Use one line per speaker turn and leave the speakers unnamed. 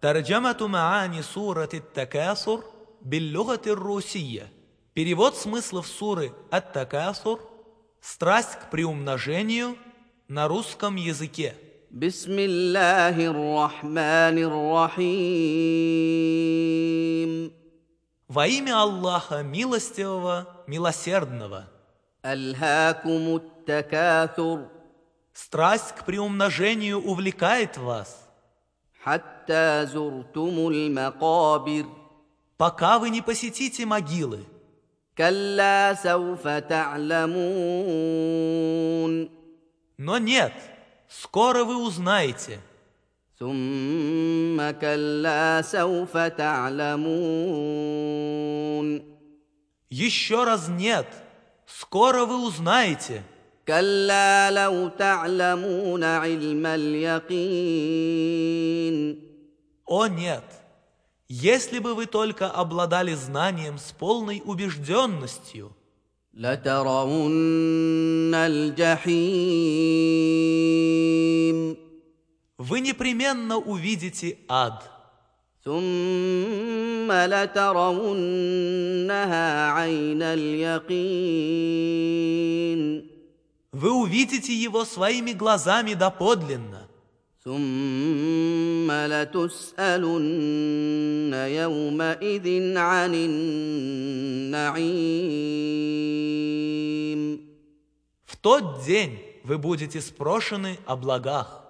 Тарджамату маани сурат ат-такасур биллюгати русия. Перевод смыслов суры ат-такасур «Страсть к приумножению» на русском языке.
بسم الله الرحمن الرحيم
Во имя Аллаха Милостивого, Милосердного.
ألهاكم التكاثر
Страсть к приумножению увлекает вас,
حتى زرتم المقابر
пока вы не посетите могилы.
كلا سوف تعلمون
Но нет, скоро вы узнаете.
ثم كلا سوف تعلمون
Еще раз нет, скоро вы узнаете.
كلا لو تعلمون علم اليقين
О нет, если бы вы только обладали знанием с полной убежденностью,
لترون الجحيم
вы непременно увидите ад.
ثم لترونها عين اليقين
Вы увидите его своими глазами доподлинно.
ثم لتسالن يومئذ عن النعيم
В тот день вы будете спрошены о благах.